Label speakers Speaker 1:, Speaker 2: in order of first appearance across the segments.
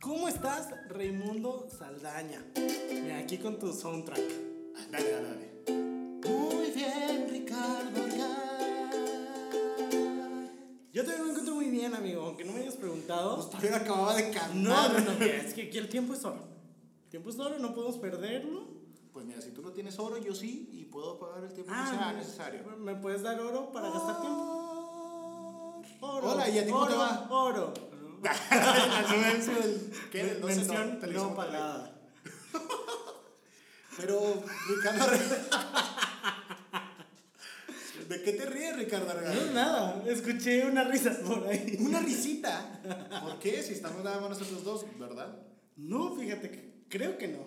Speaker 1: ¿Cómo estás, Raimundo Saldaña? Mira, aquí con tu soundtrack.
Speaker 2: Dale, dale, dale.
Speaker 1: Muy bien, Ricardo Yo también me encuentro muy bien, amigo, aunque no me hayas preguntado.
Speaker 2: Pues todavía no acababa de cantar.
Speaker 1: No, no, no, mira, es que aquí el tiempo es oro. El tiempo es oro, no podemos perderlo.
Speaker 2: Pues mira, si tú no tienes oro, yo sí, y puedo pagar el tiempo que
Speaker 1: mira,
Speaker 2: sea necesario.
Speaker 1: ¿Me puedes dar oro Ah, para gastar tiempo? Oro.
Speaker 2: Hola, ¿y a ti cómo te
Speaker 1: oro,
Speaker 2: va?
Speaker 1: Oro.
Speaker 2: La subvención del- ¿qué?
Speaker 1: Men-
Speaker 2: Del 12, no,
Speaker 1: Mención no,
Speaker 2: televisión Monterrey.
Speaker 1: pagada.
Speaker 2: Pero, Ricardo Re- ¿De qué te ríes, Ricardo
Speaker 1: No,
Speaker 2: Argado?
Speaker 1: nada, escuché unas risas por ahí.
Speaker 2: Una risita. ¿Por qué? Si estamos nada más nosotros dos, ¿verdad?
Speaker 1: No, fíjate, que creo que no.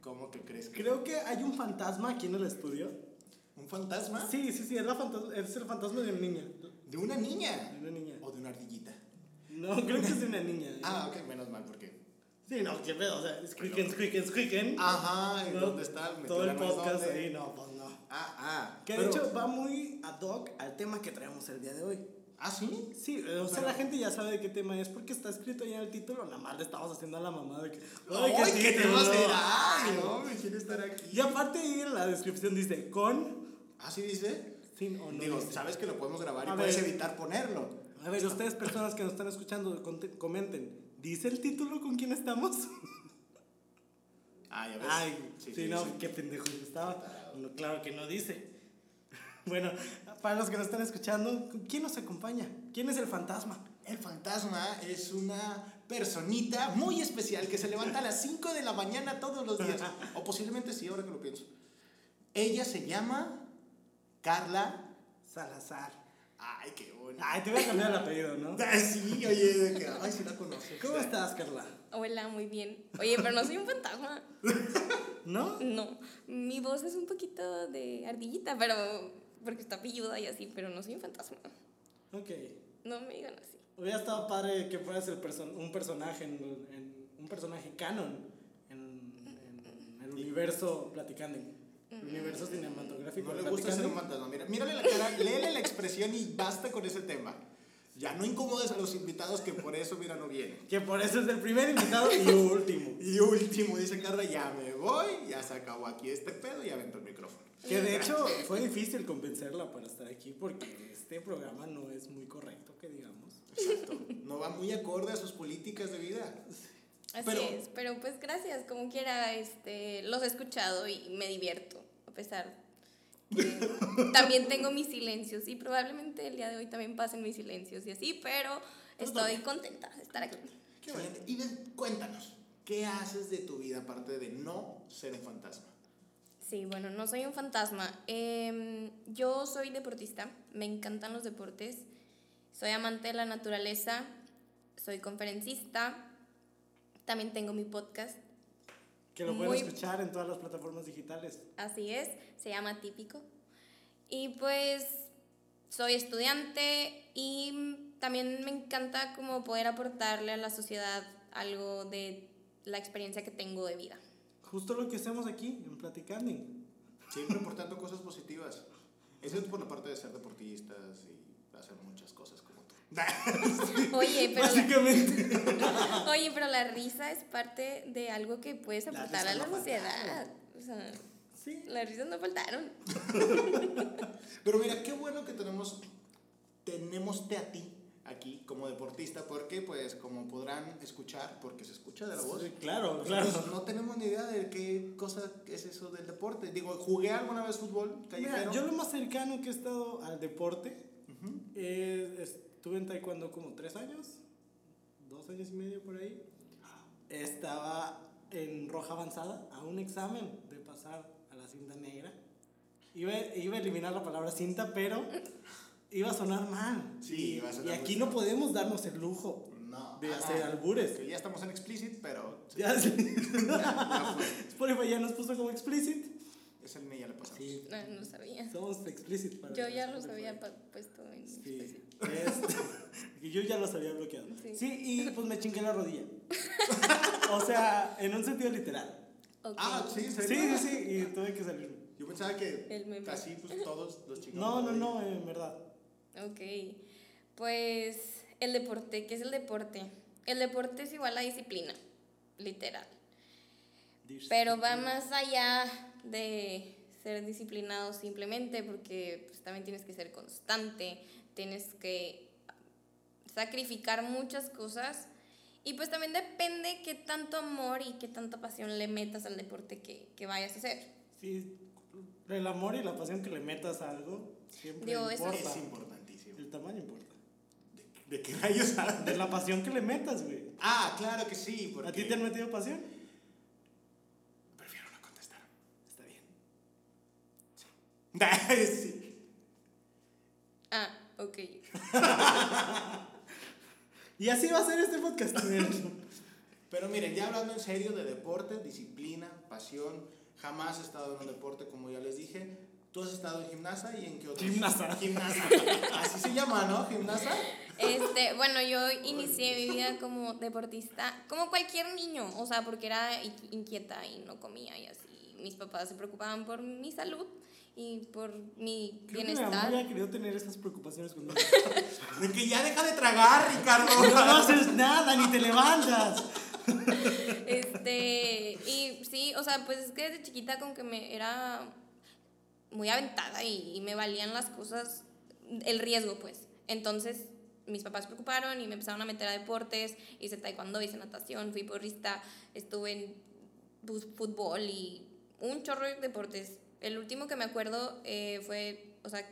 Speaker 2: ¿Cómo que crees que?
Speaker 1: Creo que hay un fantasma aquí en el estudio.
Speaker 2: ¿Un fantasma?
Speaker 1: Sí, sí, sí, es, la fantas- es el fantasma de una niña. De
Speaker 2: ¿De una niña?
Speaker 1: una niña.
Speaker 2: ¿O de una ardillita?
Speaker 1: No, creo que es de una niña.
Speaker 2: Ah, ok, menos mal, porque.
Speaker 1: Sí, no, qué pedo, o sea, squeaken, squeaken, squeaken.
Speaker 2: Ajá, ¿y
Speaker 1: ¿no?
Speaker 2: dónde está? ¿Metió
Speaker 1: Todo
Speaker 2: la
Speaker 1: el
Speaker 2: mano
Speaker 1: podcast
Speaker 2: dónde?
Speaker 1: ahí, no, pues no.
Speaker 2: Ah, ah.
Speaker 1: Que de
Speaker 2: pero-
Speaker 1: hecho va muy ad hoc al tema que traemos el día de hoy.
Speaker 2: ¿Ah, sí?
Speaker 1: Sí, o sea, la gente ya sabe de qué tema es porque está escrito ahí en el título, nada más le estamos haciendo a la mamá de que...
Speaker 2: ¡Ay,
Speaker 1: sí,
Speaker 2: qué tema
Speaker 1: no!
Speaker 2: será! No, me quiero estar aquí.
Speaker 1: Y aparte ahí en la descripción dice con,
Speaker 2: ¿Ah, sí dice?
Speaker 1: sin o no.
Speaker 2: Digo,
Speaker 1: dice.
Speaker 2: sabes que lo podemos grabar y
Speaker 1: A
Speaker 2: puedes
Speaker 1: ver.
Speaker 2: evitar ponerlo.
Speaker 1: A ver, ustedes personas que nos están escuchando, conte- comenten, ¿dice el título con quién estamos?
Speaker 2: Ah, ya ves.
Speaker 1: Ay, sí,
Speaker 2: Sí, sí,
Speaker 1: no,
Speaker 2: sí.
Speaker 1: qué pendejo yo estaba. No, claro que no dice. Bueno, para los que nos están escuchando, ¿quién nos acompaña? ¿Quién es el fantasma?
Speaker 2: El fantasma es una personita muy especial que se levanta a las 5 de la mañana todos los días. O posiblemente sí, ahora que lo pienso. Ella se llama Carla.
Speaker 1: Salazar.
Speaker 2: Ay, qué bonita.
Speaker 1: Ay, te voy a cambiar el apellido, ¿no?
Speaker 2: Ay, sí, oye, de que, ay, sí la conozco.
Speaker 1: ¿Cómo estás, Carla?
Speaker 3: Hola, muy bien. Oye, pero no soy un fantasma.
Speaker 1: ¿No?
Speaker 3: No. Mi voz es un poquito de ardillita, pero. Porque está pilluda y así, pero no soy un fantasma.
Speaker 1: Ok.
Speaker 3: No me digan así.
Speaker 1: Hubiera estado padre que fueras el person- un personaje en, en- un personaje canon en, en el universo platicando. El universo cinematográfico.
Speaker 2: No
Speaker 1: de
Speaker 2: le gusta ser
Speaker 1: Platicando.
Speaker 2: un fantasma. Mira, mírale la cara, léele la expresión y basta con ese tema. Ya no incomodes a los invitados que por eso, mira, no vienen.
Speaker 1: Que por eso es el primer invitado y último.
Speaker 2: Y último, dice Carla, ya me voy, ya se acabó aquí este pedo y aventó el micrófono.
Speaker 1: Que de hecho fue difícil convencerla para estar aquí porque este programa no es muy correcto, que digamos.
Speaker 2: Exacto. No va muy acorde a sus políticas de vida.
Speaker 3: Así
Speaker 2: Pero-
Speaker 3: es, pero pues gracias, como quiera, este, los he escuchado y me divierto, a pesar. que también tengo mis silencios y probablemente el día de hoy también pasen mis silencios y así, pero estoy contenta de estar aquí.
Speaker 2: Qué valiente. Y ven, cuéntanos, ¿qué haces de tu vida aparte de no ser un fantasma?
Speaker 3: Sí, bueno, no soy un fantasma. Em, yo soy deportista, me encantan los deportes, soy amante de la naturaleza, soy conferencista, también tengo mi podcast,
Speaker 1: Que lo pueden
Speaker 3: Muy-
Speaker 1: escuchar en todas las plataformas digitales.
Speaker 3: así es, se llama Típico. Y pues soy estudiante y también me encanta como poder aportarle a la sociedad algo de la experiencia que tengo de vida.
Speaker 1: Justo lo que hacemos aquí en Platicando.
Speaker 2: Siempre aportando cosas positivas. Excepto por la parte de ser deportistas y hacer muchas cosas como tú.
Speaker 3: Oye, pero... la-
Speaker 1: Básicamente.
Speaker 3: Oye, pero la risa es parte de algo que puedes
Speaker 2: La
Speaker 3: aportar
Speaker 2: risa
Speaker 3: a la
Speaker 2: no
Speaker 3: sociedad. O sea,
Speaker 1: Sí.
Speaker 3: las risas no faltaron.
Speaker 2: Pero mira, qué bueno que tenemos, tenemos a ti aquí como deportista, porque pues como podrán escuchar, porque se escucha de la voz,
Speaker 1: Sí, claro, claro.
Speaker 2: nosotros no tenemos ni idea de qué cosa es eso del deporte. Digo, jugué alguna vez fútbol
Speaker 1: Mira,
Speaker 2: callejero.
Speaker 1: yo lo más cercano que he estado al deporte
Speaker 2: Ujú.
Speaker 1: es- estuve en taekwondo como tres años, dos años y medio por ahí. Estaba en roja avanzada a un examen de pasar a la cinta negra. Iba, iba a eliminar la palabra cinta, pero iba a sonar mal.
Speaker 2: Sí,
Speaker 1: Y-
Speaker 2: iba a
Speaker 1: y
Speaker 2: sonar
Speaker 1: aquí
Speaker 2: muy
Speaker 1: no
Speaker 2: mal.
Speaker 1: podemos darnos el lujo
Speaker 2: No.
Speaker 1: de
Speaker 2: ah,
Speaker 1: hacer albures.
Speaker 2: que ya estamos en explicit, pero
Speaker 1: Ya sí.
Speaker 2: ya fue.
Speaker 1: Spotify ya nos puso como explicit.
Speaker 2: Ese niño ya le pasamos.
Speaker 1: Sí,
Speaker 3: No, no sabía.
Speaker 1: somos explicit para
Speaker 3: Yo ya los
Speaker 1: Spotify.
Speaker 3: había pa- puesto en...
Speaker 1: Sí. Este, yo ya los había bloqueado. Sí.
Speaker 3: Sí.
Speaker 1: y pues me chingué la rodilla. o sea, en un sentido literal.
Speaker 3: Ok.
Speaker 2: Ah, sí, ¿en
Speaker 1: Sí,
Speaker 2: serio?
Speaker 1: sí, sí, y tuve que salirme.
Speaker 2: Yo pensaba
Speaker 3: El
Speaker 2: que
Speaker 3: meme.
Speaker 2: así pues todos los chicos.
Speaker 1: No, no, no, en verdad.
Speaker 3: Ok, pues el deporte, ¿qué es el deporte? El deporte es igual a disciplina. literal.
Speaker 1: Disciplina.
Speaker 3: Pero va más allá de ser disciplinado simplemente porque pues, también tienes que ser constante, tienes que sacrificar muchas cosas y pues también depende qué tanto amor y qué tanta pasión le metas al deporte que, que vayas a hacer.
Speaker 1: Sí, el amor y la pasión que le metas a algo siempre
Speaker 3: Digo, eso-
Speaker 1: importa.
Speaker 2: Es importantísimo.
Speaker 1: El tamaño importa.
Speaker 2: ¿De, de qué rayos hablas?
Speaker 1: De la pasión que le metas, güey.
Speaker 2: Ah, claro que sí, porque...
Speaker 1: ¿A ti te han metido pasión?
Speaker 2: Prefiero no contestar.
Speaker 1: Está bien.
Speaker 2: sí.
Speaker 3: Ah, ok.
Speaker 1: Y así va a ser este podcast.
Speaker 2: Pero miren, ya hablando en serio de deporte, disciplina, pasión, jamás he estado en un deporte como ya les dije. Tú has estado en gimnasia y en qué otro?
Speaker 1: Gimnasa.
Speaker 2: Gimnasa. Así se llama, ¿no? Gimnasa.
Speaker 3: Este, bueno, yo inicié mi vida como deportista, como cualquier niño, o sea, porque era in- inquieta y no comía y así. Mis papás se preocupaban por mi salud y por mi
Speaker 1: Creo que mi mamá
Speaker 3: bienestar.
Speaker 1: hubiera querido tener esas preocupaciones conmigo.
Speaker 2: De que ya deja de tragar, Ricardo.
Speaker 1: No haces nada, ni te levantas.
Speaker 3: Este, y sí, o sea, pues es que desde chiquita como que me era muy aventada y, y me valían las cosas, el riesgo pues. Entonces mis papás se preocuparon y me empezaron a meter a deportes, hice taekwondo, hice natación, fui porrista, estuve en bus- fútbol y un chorro de deportes. El último que me acuerdo eh, fue, o sea,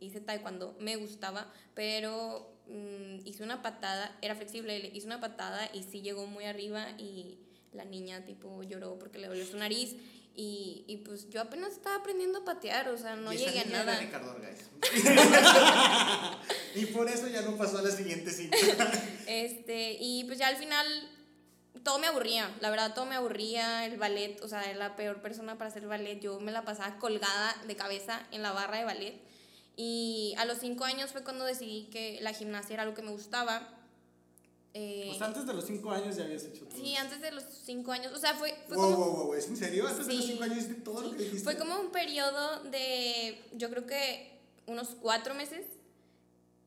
Speaker 3: hice taekwondo, me gustaba, pero mm, hice una patada, era flexible, le hice una patada y sí llegó muy arriba y la niña tipo lloró porque le dolió su nariz y, y pues yo apenas estaba aprendiendo a patear, o sea, no
Speaker 2: Y esa
Speaker 3: llegué a
Speaker 2: niña era
Speaker 3: nada.
Speaker 2: Ricardo Orgaz. y por eso ya no pasó a la siguiente cita.
Speaker 3: Este, y pues ya al final todo me aburría, la verdad todo me aburría, el ballet, o sea, era la peor persona para hacer ballet, yo me la pasaba colgada de cabeza en la barra de ballet y a los cinco años fue cuando decidí que la gimnasia era algo que me gustaba. Eh,
Speaker 1: Pues antes de los 5 años ya habías hecho todo.
Speaker 3: sí, antes de los cinco años, o sea, fue, fue
Speaker 2: Wow,
Speaker 3: como...
Speaker 2: wow, wow, ¿es en serio? ¿Antes de los
Speaker 3: Sí.
Speaker 2: 5 años hiciste todo lo que dijiste?
Speaker 3: Fue como un periodo de, yo creo que unos cuatro meses.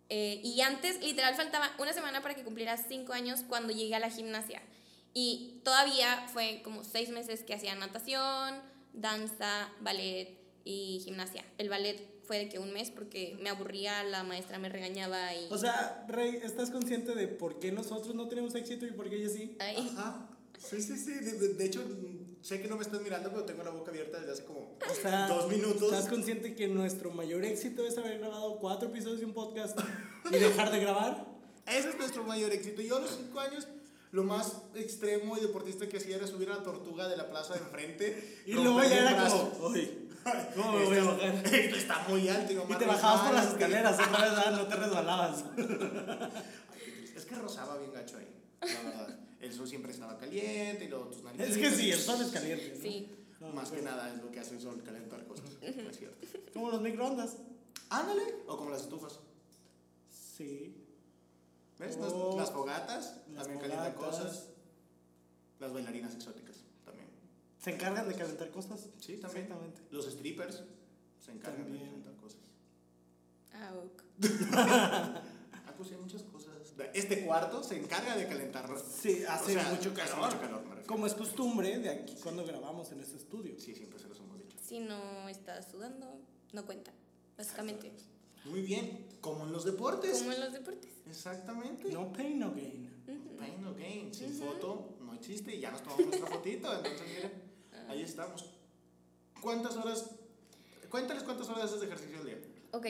Speaker 3: Eh, y antes, literal, faltaba una semana para que cumpliera cinco años cuando llegué a la gimnasia. Y todavía fue como seis meses que hacía natación, danza, ballet y gimnasia. El ballet fue de que un mes porque me aburría, la maestra me regañaba y...
Speaker 1: O sea, Rey, ¿estás consciente de por qué nosotros no tenemos éxito y por qué ellos sí?
Speaker 3: Ay.
Speaker 2: Ajá. Sí, sí, sí. De, de- de hecho, mm, sé que no me estás mirando, pero tengo la boca abierta desde hace como
Speaker 1: O sea,
Speaker 2: dos minutos.
Speaker 1: ¿Estás consciente que nuestro mayor éxito es haber grabado cuatro episodios de un podcast y dejar de grabar?
Speaker 2: Ese es nuestro mayor éxito. Yo a los 5 años, lo más extremo y deportista que hacía era subir a la tortuga de la plaza de enfrente.
Speaker 1: Y luego ya
Speaker 2: romperle el
Speaker 1: era
Speaker 2: brazo. este
Speaker 1: como, uy, ¿cómo me voy a
Speaker 2: Esto-
Speaker 1: bajar?
Speaker 2: Esto está muy alto.
Speaker 1: Y te bajabas por las escaleras, otra vez, ah, no te resbalabas.
Speaker 2: Es que rozaba bien gacho ahí, la verdad. El sol siempre estaba caliente y luego tus narices.
Speaker 1: Es que sí, el sol es caliente. ¿no?
Speaker 3: Sí.
Speaker 1: No,
Speaker 2: Más que
Speaker 1: pero-
Speaker 2: nada es lo que hace el sol, calentar cosas. No es cierto.
Speaker 1: Como los microondas.
Speaker 2: Ándale. O como las estufas.
Speaker 1: Sí.
Speaker 2: ¿Ves?
Speaker 1: Oh.
Speaker 2: Las, las fogatas
Speaker 1: Las
Speaker 2: también calientan
Speaker 1: fogatas.
Speaker 2: cosas. Las bailarinas exóticas también.
Speaker 1: ¿Se encargan de calentar cosas?
Speaker 2: Sí, también.
Speaker 1: Exactamente.
Speaker 2: Los strippers se encargan de
Speaker 1: También.
Speaker 2: calentar cosas.
Speaker 3: Ah, ok.
Speaker 2: Acusé pues muchas cosas. Este cuarto se encarga de calentarlas.
Speaker 1: Sí, hace
Speaker 2: O sea,
Speaker 1: mucho
Speaker 2: hace
Speaker 1: calor.
Speaker 2: mucho calor, me refiero.
Speaker 1: Como es costumbre de aquí cuando grabamos en este estudio.
Speaker 2: Sí, siempre se los hemos dicho.
Speaker 3: Si no estás sudando, no cuenta, básicamente.
Speaker 2: Muy bien, como en los deportes.
Speaker 3: Como en los deportes.
Speaker 2: Exactamente.
Speaker 1: No pain, no gain.
Speaker 2: Pain no gain. Sin foto no existe. Y ya nos tomamos nuestra fotito. Entonces,
Speaker 1: Ah.
Speaker 2: mira, ahí estamos. ¿Cuántas horas? Cuéntales cuántas horas haces de ejercicio al día.
Speaker 3: Ok,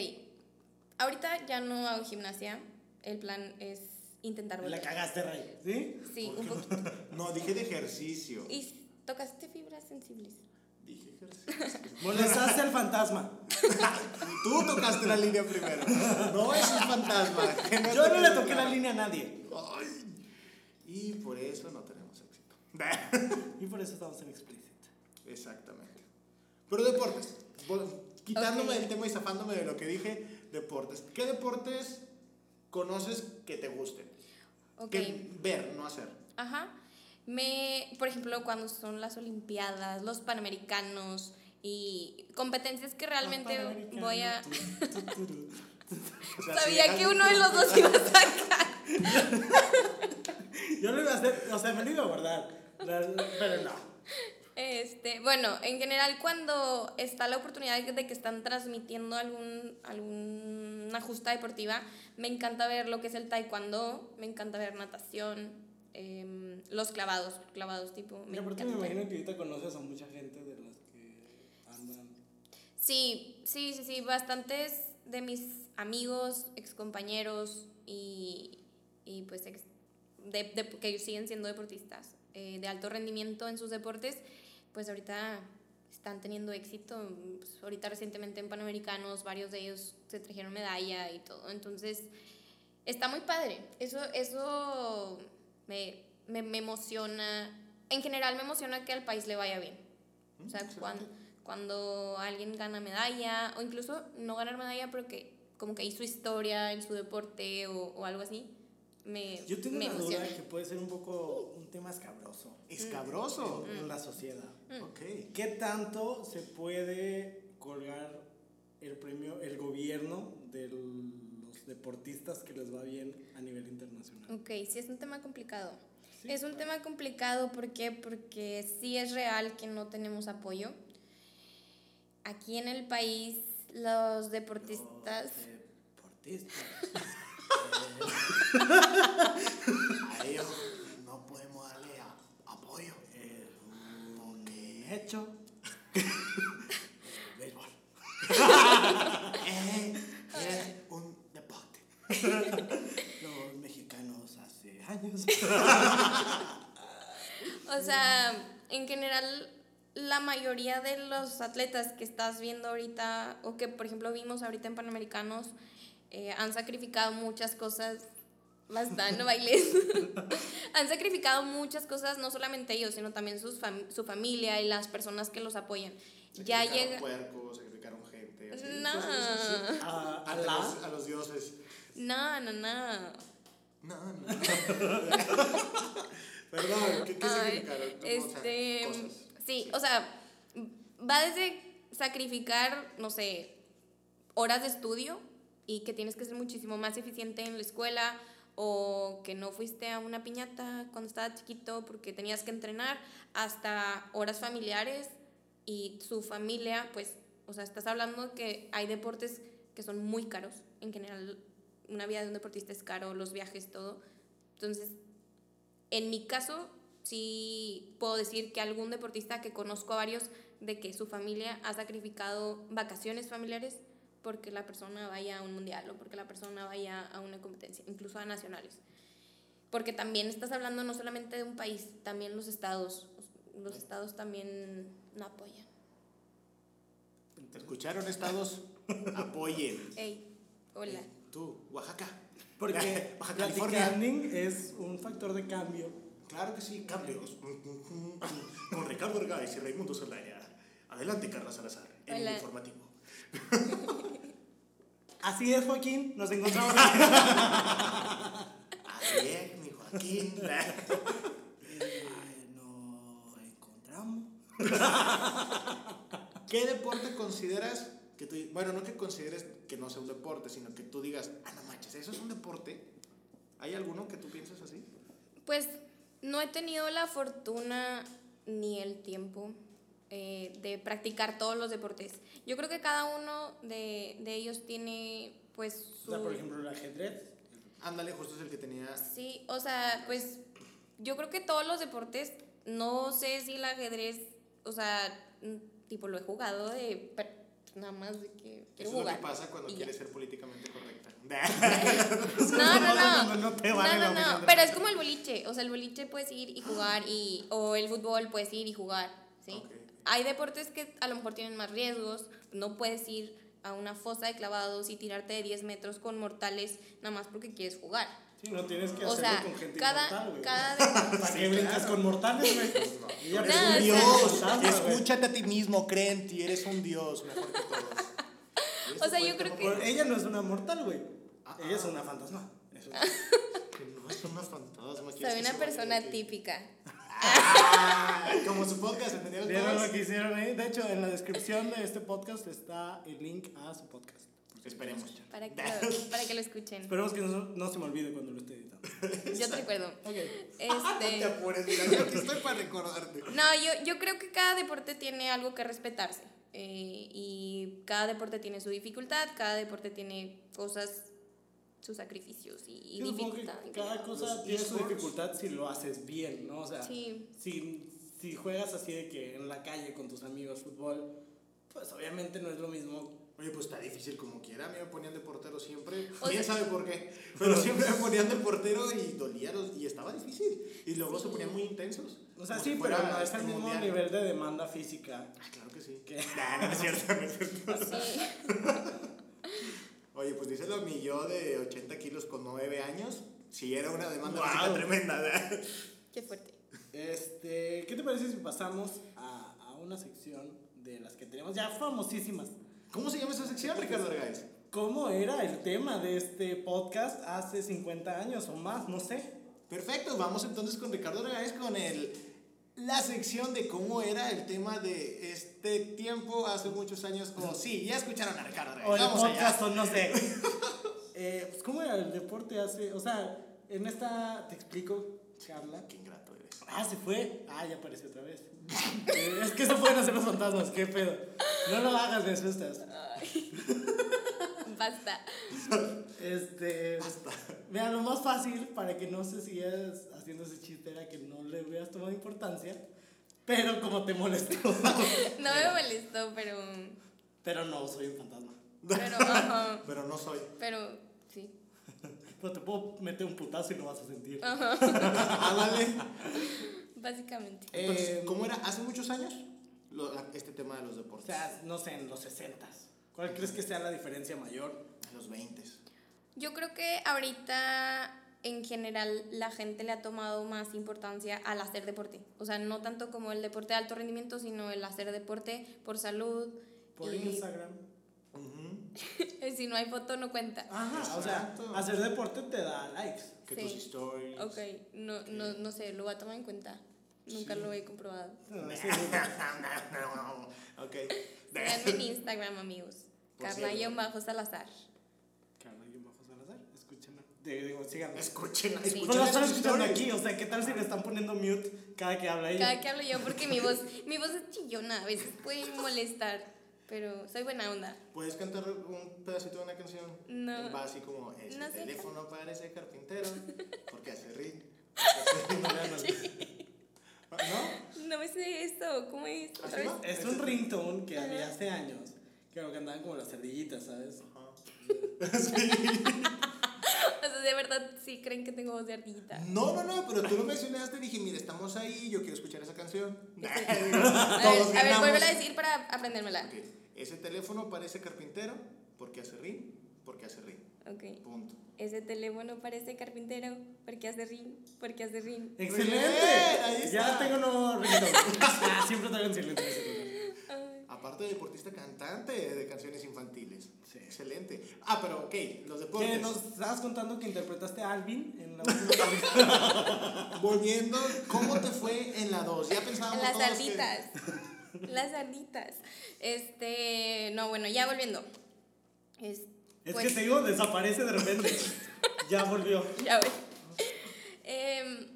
Speaker 3: ahorita ya no hago gimnasia. El plan es intentar
Speaker 1: La
Speaker 3: volver.
Speaker 1: cagaste, Rey. ¿Sí?
Speaker 3: Sí,
Speaker 2: ¿Por
Speaker 3: un
Speaker 2: qué no?
Speaker 3: poquito.
Speaker 2: No, dije de ejercicio.
Speaker 3: Y s- tocaste fibras sensibles.
Speaker 2: Dije ejercicio.
Speaker 1: Molestaste al fantasma.
Speaker 2: Tú tocaste la línea primero. No es un fantasma. que no
Speaker 1: Yo no le
Speaker 2: te-
Speaker 1: toqué la línea a nadie.
Speaker 2: Ay. Y por eso no tenemos éxito.
Speaker 1: Y por eso estamos en explícito.
Speaker 2: Exactamente. Pero deportes. Vol- Quitándome
Speaker 3: Ok.
Speaker 2: el tema y zafándome de lo que dije, deportes. ¿Qué deportes conoces que te gusten?
Speaker 3: Ok,
Speaker 2: Que ver, no hacer.
Speaker 3: ajá. Me, por ejemplo, cuando son las Olimpiadas, los Panamericanos y competencias que realmente voy a...
Speaker 2: O sea, si
Speaker 3: Sabía
Speaker 2: dejas-
Speaker 3: que uno de los dos iba a sacar.
Speaker 1: Yo lo iba a hacer, o sea, me lo iba a guardar. La- pero no.
Speaker 3: Este, bueno, en general cuando está la oportunidad de que están transmitiendo algún, alguna justa deportiva, me encanta ver lo que es el taekwondo, me encanta ver natación, em, los clavados, clavados tipo.
Speaker 1: Y
Speaker 3: Me
Speaker 1: aparte me
Speaker 3: encanta.
Speaker 1: imagino que ahorita conoces a mucha gente de las que andan.
Speaker 3: Sí, sí, sí, sí, bastantes de mis amigos, excompañeros y, y pues ex- de, de- que siguen siendo deportistas eh, de alto rendimiento en sus deportes, pues ahorita están teniendo éxito. Pues, ahorita recientemente en Panamericanos varios de ellos se trajeron medalla y todo. Entonces, está muy padre. Eso, eso me, me, me emociona. En general me emociona que al país le vaya bien.
Speaker 2: ¿Mm?
Speaker 3: O sea, cuan-
Speaker 2: excelente.
Speaker 3: cuando alguien gana medalla, o incluso no ganar medalla, pero que como que hizo historia en su deporte o, o algo así, me,
Speaker 1: Yo tengo
Speaker 3: me
Speaker 1: una duda
Speaker 3: emociona. Mm.
Speaker 1: que puede ser un poco un tema escabroso
Speaker 2: Escabroso.
Speaker 1: en la sociedad.
Speaker 2: Ok.
Speaker 1: ¿Qué tanto se puede colgar el premio, el gobierno de los deportistas que les va bien a nivel internacional?
Speaker 3: Ok, sí, es un tema complicado.
Speaker 1: Sí,
Speaker 3: es un tema complicado, ¿por qué? Porque sí es real que no tenemos apoyo. Aquí en el país, los
Speaker 2: Eh,
Speaker 3: deportistas...
Speaker 1: Los Deportistas.
Speaker 2: A ellos Eh, no podemos darle a- apoyo.
Speaker 1: Eh,
Speaker 2: Porque
Speaker 1: hecho.
Speaker 2: Eh, béisbol. Eh, es un deporte.
Speaker 1: Los mexicanos hace años.
Speaker 3: O sea, en general, la mayoría de los atletas que estás viendo ahorita, o que por ejemplo vimos ahorita en Panamericanos, eh, han sacrificado muchas cosas. Más dan, no bailes. han sacrificado muchas cosas, no solamente ellos, sino también sus fam- su familia y las personas que los apoyan. Ya
Speaker 2: Sacrificaron
Speaker 3: llega.
Speaker 2: puercos, sacrificaron gente. así.
Speaker 3: No.
Speaker 2: Entonces, pues, sí,
Speaker 1: A,
Speaker 2: A los, a los dioses.
Speaker 3: No, no, no.
Speaker 2: No, no. Perdón, ¿qué, qué
Speaker 3: Ay,
Speaker 2: sacrificaron? ¿Cómo, o sea,
Speaker 3: este,
Speaker 2: cosas?
Speaker 3: sí, o sea, va desde sacrificar, no sé, horas de estudio y que tienes que ser muchísimo más eficiente en la escuela o que no fuiste a una piñata cuando estaba chiquito porque tenías que entrenar hasta horas familiares y su familia, pues, o sea, estás hablando que hay deportes que son muy caros en general. Una vida de un deportista es caro, los viajes, todo. Entonces, en mi caso, sí puedo decir que algún deportista que conozco a varios de que su familia ha sacrificado vacaciones familiares porque la persona vaya a un mundial o porque la persona vaya a una competencia, incluso a nacionales. Porque también estás hablando no solamente de un país, también los estados. Los estados también no apoyan.
Speaker 2: ¿Te escucharon, estados? Apoyen. Eh,
Speaker 3: Ey, hola.
Speaker 2: Tú, Oaxaca.
Speaker 1: Porque
Speaker 2: Baja California.
Speaker 1: California es un factor de cambio.
Speaker 2: Claro que sí, cambios. mm. Con Ricardo Argáez y Raimundo Solaya. Adelante, Carla Salazar, en el
Speaker 3: Hola.
Speaker 2: informativo.
Speaker 1: Así es, Joaquín. Nos encontramos.
Speaker 2: Así es, mi Joaquín.
Speaker 1: Eh, nos encontramos.
Speaker 2: ¿Qué deporte consideras que tú... Bueno, no que consideres que no sea un deporte, sino que tú digas, ah, no manches, ¿eso es un deporte? ¿Hay alguno que tú piensas así?
Speaker 3: Pues no he tenido la fortuna ni el tiempo eh, de practicar todos los deportes. Yo creo que cada uno de, de ellos tiene pues
Speaker 1: O
Speaker 3: su...
Speaker 1: sea, por ejemplo, el ajedrez.
Speaker 2: Ándale, justo es el que tenía...
Speaker 3: Sí, o sea, pues yo creo que todos los deportes, no sé si el ajedrez, o sea, mm, tipo lo he jugado de... per- Nada más de que
Speaker 2: Eso es
Speaker 3: quiero
Speaker 2: lo que
Speaker 3: jugar.
Speaker 2: pasa cuando
Speaker 3: y ya.
Speaker 2: quieres ser políticamente correcta.
Speaker 3: No, no,
Speaker 1: pasa
Speaker 3: no.
Speaker 1: cuando no te vale la
Speaker 3: no,
Speaker 1: opinión
Speaker 3: no,
Speaker 1: de
Speaker 3: Pero es como el boliche. O sea, el boliche puedes ir y jugar y. O el fútbol puedes ir y jugar. ¿sí?
Speaker 2: Ok.
Speaker 3: Hay deportes que a lo mejor tienen más riesgos. No puedes ir a una fosa de clavados y tirarte de 10 metros con mortales nada más porque quieres jugar.
Speaker 1: Sí, no tienes que
Speaker 3: O
Speaker 1: hacerlo
Speaker 3: sea,
Speaker 1: con gente
Speaker 3: cada,
Speaker 1: inmortal, güey.
Speaker 3: cada deporte.
Speaker 1: ¿Para qué brincas con mortales, güey? Ella
Speaker 3: No,
Speaker 1: es un
Speaker 3: o
Speaker 1: Pues
Speaker 3: sea-
Speaker 1: dios.
Speaker 2: Escúchate a ti mismo, cree en ti, eres un dios mejor que todos. Y
Speaker 3: O
Speaker 2: ese
Speaker 3: sea,
Speaker 2: fue
Speaker 3: yo
Speaker 2: el
Speaker 3: creo
Speaker 2: tema
Speaker 3: que-
Speaker 1: Por- Ella no es una mortal, güey.
Speaker 2: Ah,
Speaker 1: Ella es
Speaker 2: ah.
Speaker 1: una fantasma. Eso es-
Speaker 2: Que no es una fantasma.
Speaker 3: Soy una persona típica.
Speaker 2: ¡Ah! Como su podcast, ¿entendieron
Speaker 1: ¿Vieron
Speaker 2: todos?
Speaker 1: lo que hicieron ahí? De hecho, en la descripción de este podcast está el link a su podcast. porque
Speaker 2: Esperemos.
Speaker 3: Para que, lo, para que lo escuchen.
Speaker 1: Esperemos que no, no se me olvide cuando lo esté editando.
Speaker 3: Yo te recuerdo.
Speaker 1: Ok.
Speaker 2: Te
Speaker 3: Este,
Speaker 2: apures, mira, aquí estoy para recordarte.
Speaker 3: no, yo, yo creo que cada deporte tiene algo que respetarse. eh, y cada deporte tiene su dificultad, cada deporte tiene cosas, sus sacrificios y, y
Speaker 1: Yo supongo que
Speaker 3: dificultad.
Speaker 1: cada cosa
Speaker 2: Los
Speaker 1: tiene su
Speaker 2: esports.
Speaker 1: dificultad si lo haces bien, ¿no? O sea,
Speaker 3: Sí.
Speaker 1: si, si juegas así de que en la calle con tus amigos fútbol, pues obviamente no es lo mismo.
Speaker 2: Oye, pues está difícil como quiera. A mí me ponían de portero siempre.
Speaker 3: O
Speaker 2: Quién
Speaker 3: sea-
Speaker 2: sabe por qué. Pero siempre me ponían de portero y dolía los- y estaba difícil. Y luego se ponían muy intensos.
Speaker 1: O sea,
Speaker 2: Como
Speaker 1: sí,
Speaker 2: si
Speaker 1: pero
Speaker 2: fuera
Speaker 1: no es
Speaker 2: este
Speaker 1: el mismo
Speaker 2: mundial.
Speaker 1: nivel de demanda física.
Speaker 2: Ah, claro que sí.
Speaker 1: ¿Qué?
Speaker 2: Nah, no es cierto, no es cierto.
Speaker 3: Sí.
Speaker 2: Oye, pues díselo a mi yo de 80 kilos con 9 años. Si era una demanda
Speaker 1: Wow.
Speaker 2: física tremenda, ¿verdad?
Speaker 3: Qué fuerte.
Speaker 1: Este, ¿qué te parece si pasamos a, a una sección de las que tenemos ya famosísimas?
Speaker 2: ¿Cómo se llama esa sección, Ricardo Argaez?
Speaker 1: ¿Cómo era el tema de este podcast hace 50 años o más? No sé.
Speaker 2: Perfecto, vamos entonces con Ricardo Argaez con el, la sección de cómo era el tema de este tiempo hace muchos años. O sí, ya escucharon a Ricardo Argaez.
Speaker 1: O el
Speaker 2: vamos allá.
Speaker 1: podcast, o no sé. Eh, pues, ¿cómo era el deporte hace? O sea, en esta, te explico, Carla.
Speaker 2: Qué ingrato eres.
Speaker 1: Ah, se fue. Ah, ya apareció otra vez. Eh, es que se pueden hacer los fantasmas, qué pedo. No lo hagas, me asustas.
Speaker 3: Basta.
Speaker 1: Este. Mira, lo más fácil para que no se sigas haciendo ese chiste era que no le hubieras tomado importancia. Pero como te molestó.
Speaker 3: No me molestó, pero.
Speaker 1: pero no, soy un fantasma.
Speaker 3: Pero, ajá,
Speaker 2: Pero no soy.
Speaker 3: pero sí.
Speaker 1: Pero te puedo meter un putazo y lo vas a sentir.
Speaker 2: Ah, vale.
Speaker 3: Básicamente.
Speaker 2: Entonces,
Speaker 1: Eh,
Speaker 2: ¿cómo era hace muchos años lo- la- este tema de los
Speaker 1: O
Speaker 2: deportes?
Speaker 1: sea, no sé, en los 60 ¿Cuál crees que sea la diferencia mayor?
Speaker 2: En los 20.
Speaker 3: Yo creo que ahorita en general la gente le ha tomado más importancia al hacer deporte. O sea, no tanto como el deporte de alto rendimiento, sino el hacer deporte por salud. eh,
Speaker 1: Por
Speaker 3: y-
Speaker 1: Instagram.
Speaker 3: Eh, Si no hay foto, no cuenta.
Speaker 1: Ajá, o sea,
Speaker 2: Exacto.
Speaker 1: hacer deporte te da likes.
Speaker 2: Ah, Que
Speaker 3: Sí.
Speaker 2: tus stories.
Speaker 3: Ok, no, no, no sé, lo voy a tomar en cuenta. Nunca lo he comprobado.
Speaker 1: No,
Speaker 2: Nah,
Speaker 1: ese es otro.
Speaker 2: no, no, ok.
Speaker 3: Síganme en Instagram, amigos.
Speaker 2: Por cierto.
Speaker 3: Carla-Salazar.
Speaker 1: Carla y bajo Salazar, escúchenla. De- Digo, síganla.
Speaker 2: Escuchen,
Speaker 3: Sí.
Speaker 2: escuchen.
Speaker 1: Pues la están
Speaker 2: esas
Speaker 1: escuchando
Speaker 2: stories.
Speaker 1: aquí, o sea, ¿qué tal si le están poniendo mute cada que habla ella?
Speaker 3: Cada que hablo yo porque mi voz, mi voz es chillona, a veces puede molestar, pero soy buena onda.
Speaker 2: ¿Puedes cantar un pedacito de una canción?
Speaker 3: No.
Speaker 2: Va así como: El
Speaker 3: No sé
Speaker 2: teléfono parece carpintero. Porque hace rir. porque hace rir. ¿No?
Speaker 3: No me sé esto, ¿cómo es?
Speaker 2: ¿Así
Speaker 3: Otra vez.
Speaker 2: va?
Speaker 1: Es un ringtone que había hace años, que lo cantaban como las cerdillitas, ¿sabes?
Speaker 3: O sea, de verdad, sí creen que tengo voz de ardillita.
Speaker 2: No, no, no, pero tú lo mencionaste y dije, mira, estamos ahí, yo quiero escuchar esa canción.
Speaker 3: A
Speaker 2: Todos
Speaker 3: ver, a ver,
Speaker 2: ganamos.
Speaker 3: vuélvela a decir para aprendérmela.
Speaker 2: Ok, Ese teléfono parece carpintero porque hace rin, porque hace rin.
Speaker 3: Ok.
Speaker 2: Punto.
Speaker 3: Ese teléfono parece carpintero, porque hace rin, porque hace rin.
Speaker 2: Eh,
Speaker 1: ¡Excelente!
Speaker 2: bien, ahí
Speaker 1: Ya
Speaker 2: está.
Speaker 1: tengo nuevo ringtone. Ah, siempre traigo en silencio. mi celular.
Speaker 3: Ay.
Speaker 2: Aparte de deportista cantante de canciones infantiles.
Speaker 1: Sí.
Speaker 2: Excelente. Ah, pero ok, los
Speaker 1: Que
Speaker 2: deportes.
Speaker 1: nos estabas contando que interpretaste a Alvin en la última
Speaker 2: Volviendo, ¿cómo te fue en la 2? Ya pensábamos
Speaker 3: Las
Speaker 2: todos que-
Speaker 3: arditas. Las arditas. Este, no, bueno, ya volviendo. Es,
Speaker 1: Es
Speaker 3: pues-
Speaker 1: que te digo, desaparece de repente. ya volvió.
Speaker 3: Ya ves. Em,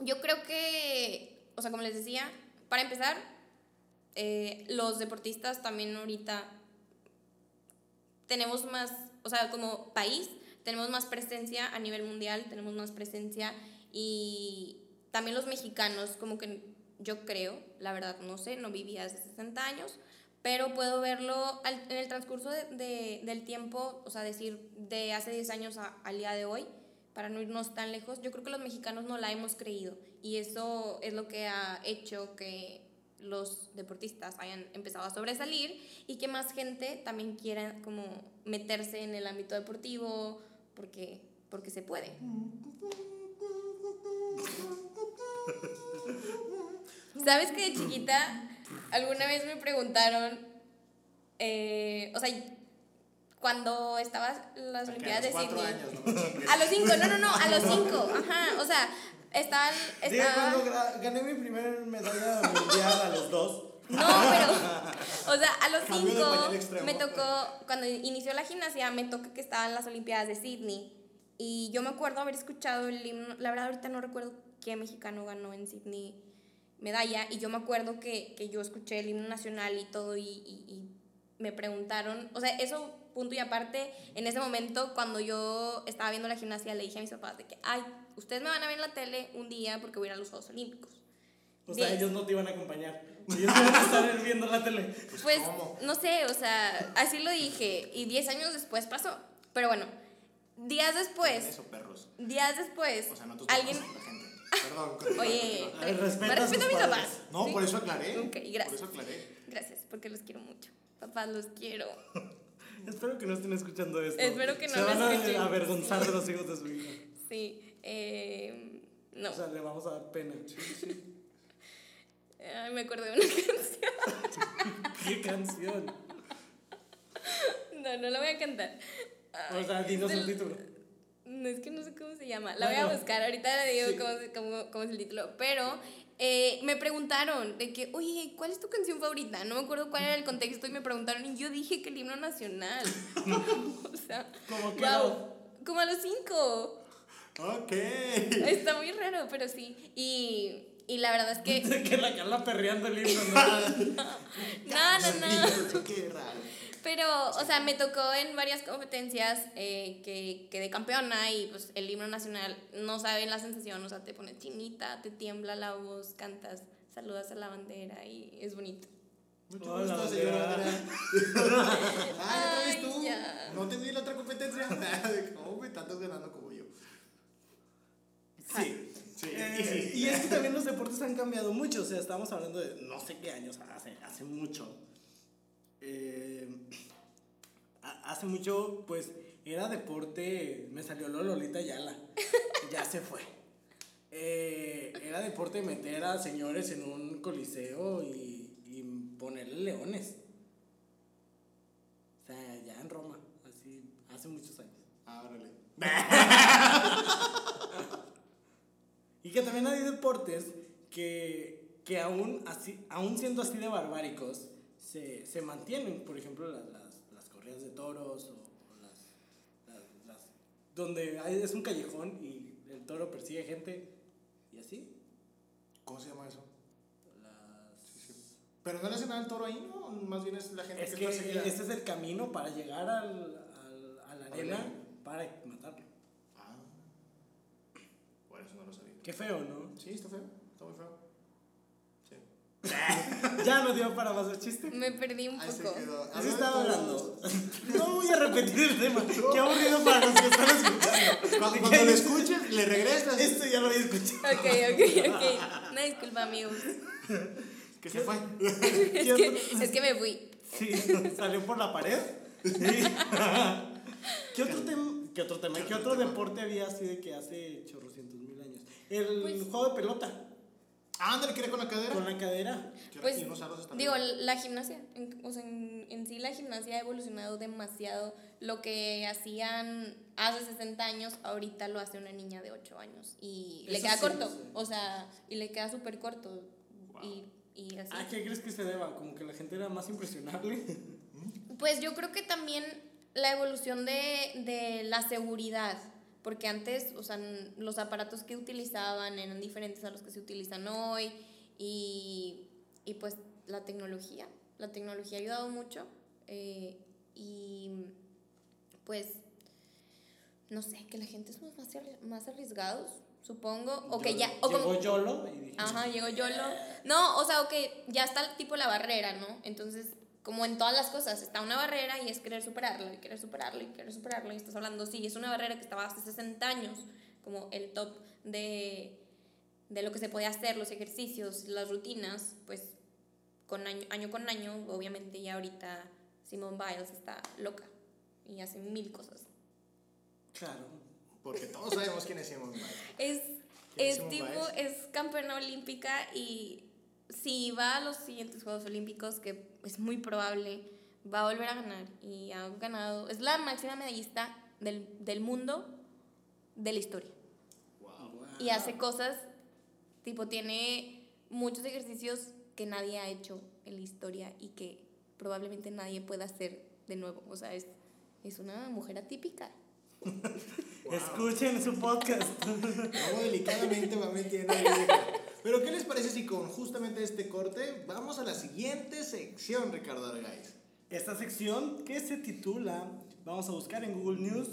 Speaker 3: yo creo que, o sea, como les decía, para empezar, eh, los deportistas también ahorita tenemos más, o sea, como país, tenemos más presencia a nivel mundial, tenemos más presencia y también los mexicanos, como que yo creo, la verdad no sé, no vivía hace 60 años, pero puedo verlo al- en el transcurso de- de- del tiempo, o sea, decir de hace 10 años a- al día de hoy, para no irnos tan lejos, yo creo que los mexicanos no la hemos creído y eso es lo que ha hecho que los deportistas hayan empezado a sobresalir y que más gente también quiera como meterse en el ámbito deportivo porque, porque se puede. ¿Sabes que de chiquita alguna vez me preguntaron, eh, o sea, cuando estabas en las
Speaker 2: que
Speaker 3: Olimpiadas
Speaker 2: a
Speaker 3: de
Speaker 2: los cuatro
Speaker 3: Sydney?
Speaker 2: años, no me chingues.
Speaker 3: A los cinco, no, no, no, a los cinco, ajá, o sea, estaban,
Speaker 1: Digo,
Speaker 3: estaba,
Speaker 1: cuando gra- gané mi primer medalla mundial a los dos.
Speaker 3: No, pero, o sea, a los
Speaker 2: Cambio de pañal
Speaker 3: cinco
Speaker 2: extremo. pues.
Speaker 3: me tocó, cuando inició la gimnasia, me toca que estaban las Olimpiadas de Sydney. Y yo me acuerdo haber escuchado el himno, la verdad ahorita no recuerdo qué mexicano ganó en Sydney medalla. Y yo me acuerdo que, que yo escuché el himno nacional y todo y, y- y me preguntaron, o sea, eso punto y aparte, en ese momento cuando yo estaba viendo la gimnasia le dije a mis papás de que, ay, ustedes me van a ver en la tele un día porque voy a ir a los Juegos Olímpicos.
Speaker 1: O sea,
Speaker 3: Bien.
Speaker 1: ellos no te iban a acompañar. Ellos iban a estar viendo la tele.
Speaker 3: Pues
Speaker 2: ¿Cómo?
Speaker 3: no sé, o sea, así lo dije y 10 años después pasó. Pero bueno, días después,
Speaker 2: Eso, perros.
Speaker 3: días después,
Speaker 2: O sea, no tus papás,
Speaker 3: pues, alguien...
Speaker 2: la gente. Perdón. continúa,
Speaker 3: Oye,
Speaker 2: continúa.
Speaker 1: A ver, respeta
Speaker 3: me
Speaker 1: a sus
Speaker 3: respeto a mis
Speaker 1: padres.
Speaker 3: papás.
Speaker 2: No,
Speaker 3: ¿sí?
Speaker 2: por eso aclaré.
Speaker 3: Ok, gracias.
Speaker 2: Por eso aclaré.
Speaker 3: Gracias, porque los quiero mucho. Papás, los quiero.
Speaker 1: Espero que no estén escuchando esto.
Speaker 3: Espero que no
Speaker 1: Se
Speaker 3: lo
Speaker 1: van a
Speaker 3: escuchen.
Speaker 1: avergonzar de los hijos de su hija.
Speaker 3: Sí, eh, no.
Speaker 1: O sea, le vamos a dar pena.
Speaker 3: Ay, me acordé de una canción.
Speaker 1: ¡Qué canción!
Speaker 3: No, no la voy a cantar.
Speaker 1: O sea, dinos el título.
Speaker 3: No es que no sé cómo se llama. La voy a
Speaker 1: Bueno,
Speaker 3: buscar, ahorita le digo
Speaker 1: sí.
Speaker 3: cómo, se- cómo- cómo es el título. Pero eh, me preguntaron de que, oye, ¿cuál es tu canción favorita? No me acuerdo cuál era el contexto y me preguntaron y yo dije que el himno nacional. o sea,
Speaker 1: Como que
Speaker 3: wow. Como a los cinco.
Speaker 2: Ok.
Speaker 3: Está muy raro, pero sí. Y, y la verdad es que...
Speaker 1: no- que la Carla perreando el himno, ¿no?
Speaker 3: No, no, no.
Speaker 2: Qué raro.
Speaker 3: Pero, o sea, me tocó en varias competencias eh, que quedé campeona y pues el himno nacional, no saben la sensación, o sea, te pones chinita, te tiembla la voz, cantas, saludas a la bandera y es bonito.
Speaker 2: Mucho
Speaker 1: Hola,
Speaker 2: gusto, señora.
Speaker 1: Andrea.
Speaker 2: Andrea. Ah,
Speaker 3: Ay,
Speaker 2: ¿otra vez tú?
Speaker 3: ya.
Speaker 2: No te di la otra competencia. ¿Cómo me tantas ganando como yo?
Speaker 1: Sí.
Speaker 2: Sí.
Speaker 1: Eh, y es que también los deportes han cambiado mucho. O sea, estamos hablando de no sé qué años, hace, hace mucho. Eh, ha- hace mucho, pues, era deporte. Me salió lo Lolita Yala. Ya se fue. Eh, era deporte meter a señores en un coliseo y, y ponerle leones. O sea, ya en Roma, así, hace muchos años.
Speaker 2: Ah, órale.
Speaker 1: Y que también hay deportes que, que aún, así, aún siendo así de barbáricos, se, se mantienen. Por ejemplo, las, las, las corridas de toros o, o las, las- las- Donde hay- es un callejón y el toro persigue gente y así.
Speaker 2: ¿Cómo se llama eso?
Speaker 1: Las-
Speaker 2: Pero no le hacen nada al toro ahí, ¿no? Más bien es la gente
Speaker 1: es
Speaker 2: que,
Speaker 1: que este
Speaker 2: está seguida.
Speaker 1: ese es el camino para llegar al, al- a la
Speaker 2: la
Speaker 1: arena
Speaker 2: arena.
Speaker 1: para matarlo.
Speaker 2: Ah. Bueno, eso no lo sabía.
Speaker 1: Qué feo, ¿no?
Speaker 2: Sí, está feo. Está muy feo. Sí.
Speaker 1: ya no dio para más el chiste.
Speaker 3: Me perdí un poco.
Speaker 1: Así estaba hablando.
Speaker 2: Hablando
Speaker 1: No voy a repetir el tema. Qué aburrido para los que están escuchando.
Speaker 2: Cuando, cuando lo escuches, le regresas.
Speaker 1: Esto ya lo había escuchado.
Speaker 3: Ok, ok, ok. Una disculpa, amigos.
Speaker 2: Que se fue.
Speaker 1: ¿Qué
Speaker 3: Es
Speaker 1: otro-
Speaker 3: que, es que me fui.
Speaker 1: Sí, salió por la pared. ¿Qué otro tema? ¿Qué otro tema? ¿Qué otro deporte había así de que hace chorrocientos mil años? El
Speaker 3: Pues-
Speaker 1: juego de pelota
Speaker 2: Ah, ándale, quería con la cadera.
Speaker 1: con la cadera.
Speaker 2: Yo-
Speaker 3: Pues,
Speaker 2: y unos aros están
Speaker 3: digo,
Speaker 2: bien.
Speaker 3: la gimnasia, en, o sea, en, en sí la gimnasia ha evolucionado demasiado. Lo que hacían hace 60 años, ahorita lo hace una niña de 8 años. Y le
Speaker 1: Eso
Speaker 3: queda
Speaker 1: sí,
Speaker 3: corto,
Speaker 1: sí.
Speaker 3: o sea, y le queda súper corto. Y, y así.
Speaker 1: ¿A Ah, qué crees que se deba? Como que la gente era más impresionable.
Speaker 3: Pues yo creo que también la evolución de, de la seguridad, porque antes, o sea, n- los aparatos que utilizaban eran diferentes a los que se utilizan hoy y, y pues la tecnología, la tecnología ha ayudado mucho eh, y pues, no sé, que la gente somos más, arri- más arriesgados, supongo, o que ya... O como-
Speaker 1: Llegó Yolo y dije,
Speaker 3: Ajá, llegó YOLO. No, o sea, ok, ya está el tipo la barrera, ¿no? Entonces, como en todas las cosas, está una barrera y es querer superarla, y querer superarla, y querer superarla, y estás hablando, sí, es una barrera que estaba hace 60 años, como el top de, de lo que se podía hacer, los ejercicios, las rutinas, pues con año, año con año, obviamente ya ahorita Simone Biles está loca y hace mil cosas.
Speaker 1: claro.
Speaker 2: Porque todos sabemos quién es Simon Biles.
Speaker 3: Es,
Speaker 2: ¿Quién es
Speaker 3: es
Speaker 2: Simone
Speaker 3: tipo,
Speaker 2: Biles?
Speaker 3: es campeona olímpica y si va a los siguientes Juegos Olímpicos, que es muy probable, va a volver a ganar. Y ha ganado, es la máxima medallista del, del mundo de la historia. Y hace cosas, tipo, tiene muchos ejercicios que nadie ha hecho en la historia y que probablemente nadie pueda hacer de nuevo. O sea, es, es una mujer atípica.
Speaker 1: Escuchen su podcast.
Speaker 2: Luego delicadamente va metiendo. ahí, vieja. Pero ¿qué les parece si con justamente este corte vamos a la siguiente sección, Ricardo Argaiz?
Speaker 1: Esta sección que se titula, vamos a buscar en Google News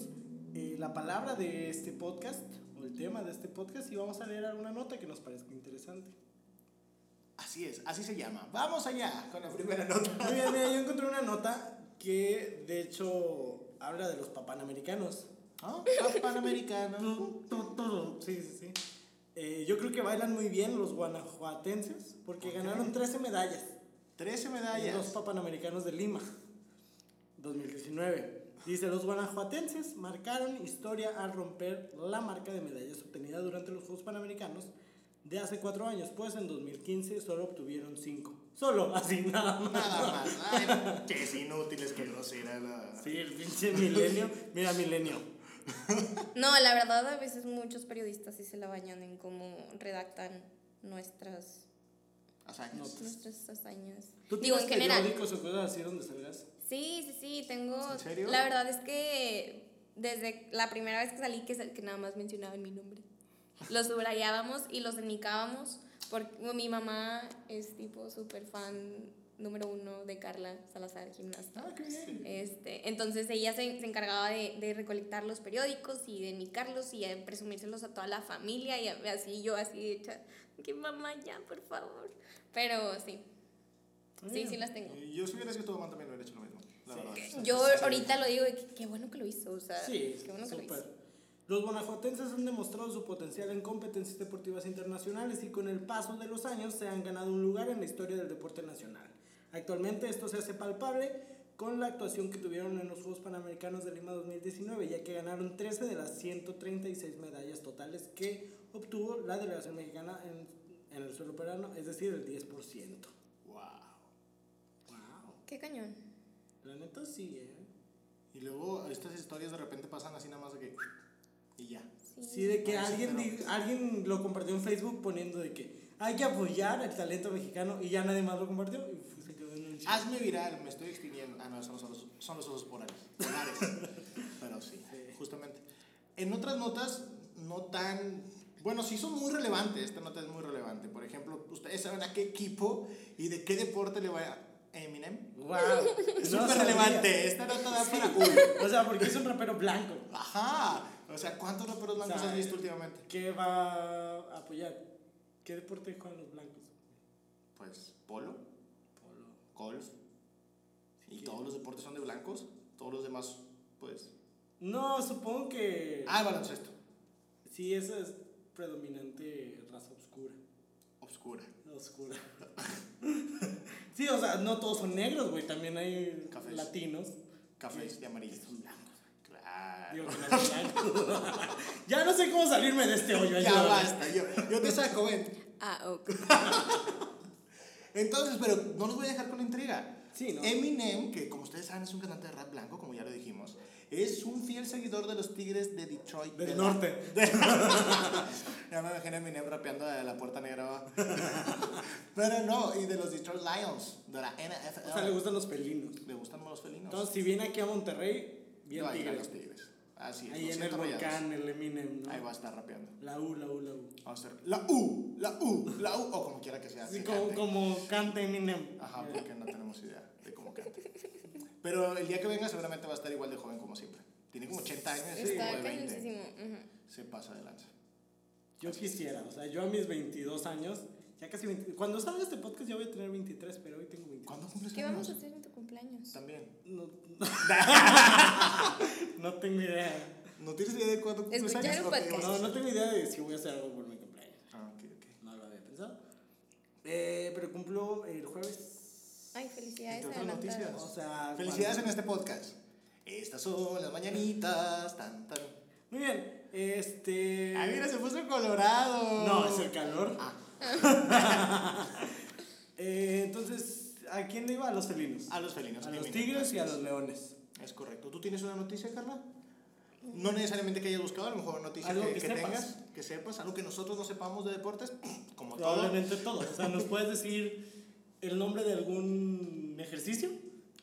Speaker 1: eh, la palabra de este podcast o el tema de este podcast y vamos a leer alguna nota que nos parezca interesante.
Speaker 2: Así es, así se llama. Vamos allá con la primera nota.
Speaker 1: Muy bien, mira, yo encontré una nota que de hecho habla de los papanamericanos. ¿Ah?
Speaker 2: ¿No? Panamericano.
Speaker 1: Sí, sí, sí. Eh, yo creo que bailan muy bien los guanajuatenses porque
Speaker 2: Ok.
Speaker 1: ganaron 13 medallas.
Speaker 2: 13
Speaker 1: Los dos
Speaker 2: medallas.
Speaker 1: Panamericanos de Lima, 2019. Dice, los guanajuatenses marcaron historia al romper la marca de medallas obtenida durante los Juegos Panamericanos de hace cuatro años, pues en 2015 solo obtuvieron cinco. Solo, así nada más.
Speaker 2: Nada más. Ay, que es inútil, es que no será la.
Speaker 1: Sí, el pinche milenio. Mira, milenio.
Speaker 3: No, la verdad a veces muchos periodistas sí se la bañan en cómo redactan nuestras,
Speaker 2: Hazañas.
Speaker 1: No.
Speaker 3: nuestras hazañas.
Speaker 1: ¿Tú
Speaker 3: Digo, en
Speaker 1: tienes
Speaker 3: general.
Speaker 1: periódicos o cosas así donde salgas?
Speaker 3: Sí, sí, sí, tengo...
Speaker 2: ¿En serio?
Speaker 3: La verdad es que desde la primera vez que salí que, sa- que nada más mencionaban mi nombre. Los subrayábamos y los enmicábamos porque bueno, mi mamá es tipo súper fan número uno de Carla Salazar, gimnasta.
Speaker 2: Ah, qué bien.
Speaker 3: Este, entonces ella se, se encargaba de, de recolectar los periódicos y de enmicarlos y de presumírselos a toda la familia y a- así yo así hecha, que mamá ya, por favor. Pero sí, sí, sí las tengo.
Speaker 2: Yo si hubiera sido tu mamá también lo hubiera hecho lo mismo. La
Speaker 1: Sí.
Speaker 2: verdad.
Speaker 3: Yo
Speaker 2: Sí.
Speaker 3: ahorita lo digo, de que qué bueno que lo hizo, o sea,
Speaker 1: Sí,
Speaker 3: qué bueno que lo hizo.
Speaker 1: súper. Los guanajuatenses han demostrado su potencial en competencias deportivas internacionales y con el paso de los años se han ganado un lugar en la historia del deporte nacional. Actualmente esto se hace palpable con la actuación que tuvieron en los Juegos Panamericanos de Lima 2019, ya que ganaron 13 de las 136 medallas totales que obtuvo la delegación mexicana en, en el suelo peruano, es decir, el 10%.
Speaker 2: Wow.
Speaker 1: ¡Wow!
Speaker 3: Qué cañón.
Speaker 1: La neta sí, ¿eh?
Speaker 2: Y luego estas historias de repente pasan así nada más de que. Y ya.
Speaker 3: Sí.
Speaker 1: Sí, de que
Speaker 2: Bueno, sí,
Speaker 1: alguien,
Speaker 2: pero-
Speaker 1: di- alguien lo compartió en Facebook poniendo de que hay que apoyar al talento mexicano y ya nadie más lo compartió y fue- se quedó en un chat.
Speaker 2: Hazme viral, me estoy extinguiendo. Ah, no, son los, osos- son los osos polares. polares. Pero sí, justamente. En otras notas, no tan. Bueno, sí son muy relevantes. Esta nota es muy relevante. Por ejemplo, ustedes saben a qué equipo y de qué deporte le va a Eminem.
Speaker 1: ¡Wow!
Speaker 2: Es
Speaker 1: No
Speaker 2: súper
Speaker 1: sabía.
Speaker 2: relevante. Esta nota da para. Uy.
Speaker 1: O sea, porque es un rapero blanco.
Speaker 2: Ajá. O sea, ¿cuántos raperos blancos
Speaker 1: O sea,
Speaker 2: has visto últimamente?
Speaker 1: ¿Qué va a apoyar? ¿Qué deporte juegan los blancos?
Speaker 2: Pues polo,
Speaker 1: Polo.
Speaker 2: golf. Y todos los deportes son de blancos. Todos los demás, pues.
Speaker 1: No, supongo que
Speaker 2: Ah, el baloncesto.
Speaker 1: sí, eso es predominante raza oscura.
Speaker 2: Obscura.
Speaker 1: Oscura. sí, o sea, no todos son negros, güey. También hay
Speaker 2: Cafés.
Speaker 1: latinos.
Speaker 2: Cafés de amarillo.
Speaker 1: Digo
Speaker 2: Claro.
Speaker 1: que la verdad. ya no sé cómo salirme de este hoyo.
Speaker 2: Ya
Speaker 1: ayúdame.
Speaker 2: basta, yo, yo te saco, ven.
Speaker 3: Ah, ok.
Speaker 2: Entonces, pero no los voy a dejar con la intriga.
Speaker 1: Sí, ¿no?
Speaker 2: Eminem, que como ustedes saben es un cantante de rap blanco, como ya lo dijimos, es un fiel seguidor de los Tigres de Detroit.
Speaker 1: Del
Speaker 2: de la-
Speaker 1: norte.
Speaker 2: Ya me imagino a Eminem rapeando de la puerta negra. ¿va? pero no, y de los Detroit Lions, de la NFL.
Speaker 1: O sea, le gustan los pelinos.
Speaker 2: Le gustan los felinos.
Speaker 1: Entonces, si viene aquí a Monterrey, bien
Speaker 2: No, ahí están
Speaker 1: tigre.
Speaker 2: los Tigres. Así es.
Speaker 1: Ahí
Speaker 2: los
Speaker 1: en el
Speaker 2: siete rayados.
Speaker 1: volcán, el Eminem, ¿no?
Speaker 2: Ahí va a estar rapeando.
Speaker 1: La U, la U, la U.
Speaker 2: Vamos a hacer la U, la U, la U, o como quiera que sea.
Speaker 1: Así
Speaker 2: que
Speaker 1: como,
Speaker 2: cante.
Speaker 1: como canta Eminem.
Speaker 2: Ajá, porque no tenemos idea de cómo canta. Pero el día que venga seguramente va a estar igual de joven como siempre. Tiene como 80 años, es como
Speaker 3: Está
Speaker 2: de 20.
Speaker 3: cañoncísimo. ujú.
Speaker 2: Se pasa de lanza.
Speaker 1: Yo quisiera, o sea, yo a mis 22 años, ya casi 20 Cuando salga este podcast ya voy a tener 23, pero hoy tengo 23.
Speaker 2: ¿Cuándo cumples
Speaker 3: ¿Qué
Speaker 2: años?
Speaker 3: vamos a hacer en tu cumpleaños?
Speaker 2: También.
Speaker 1: No, no tengo idea.
Speaker 2: ¿No tienes idea de cuándo cumples
Speaker 3: Escuchar
Speaker 2: años? Ok,
Speaker 3: un podcast.
Speaker 2: vamos
Speaker 1: No,
Speaker 2: a-
Speaker 1: no tengo idea de si voy a hacer algo por mi cumpleaños.
Speaker 2: Ah, ok, ok.
Speaker 1: No lo había pensado. Eh, pero cumplo el jueves.
Speaker 3: Ay, felicidades
Speaker 2: Entre otras
Speaker 3: adelantadas.
Speaker 2: noticias.
Speaker 1: O sea,
Speaker 2: Felicidades en
Speaker 1: cuando-
Speaker 2: este podcast. Estas son las mañanitas. Tan, tan.
Speaker 1: Muy bien, este.
Speaker 2: Ah, mira, se puso colorado.
Speaker 1: No, es el calor.
Speaker 2: Ah.
Speaker 1: Eh, entonces, ¿a quién le iba? A los felinos.
Speaker 2: A los felinos.
Speaker 1: A los
Speaker 2: Eminem.
Speaker 1: tigres y a los leones.
Speaker 2: Es correcto. ¿Tú tienes una noticia, Carla? No necesariamente que hayas buscado, a lo mejor noticias
Speaker 1: Algo
Speaker 2: que,
Speaker 1: que
Speaker 2: que
Speaker 1: sepas.
Speaker 2: tengas, que sepas, algo que nosotros no sepamos de deportes, como todo.
Speaker 1: Probablemente todos. O sea, nos puedes decir el nombre de algún ejercicio.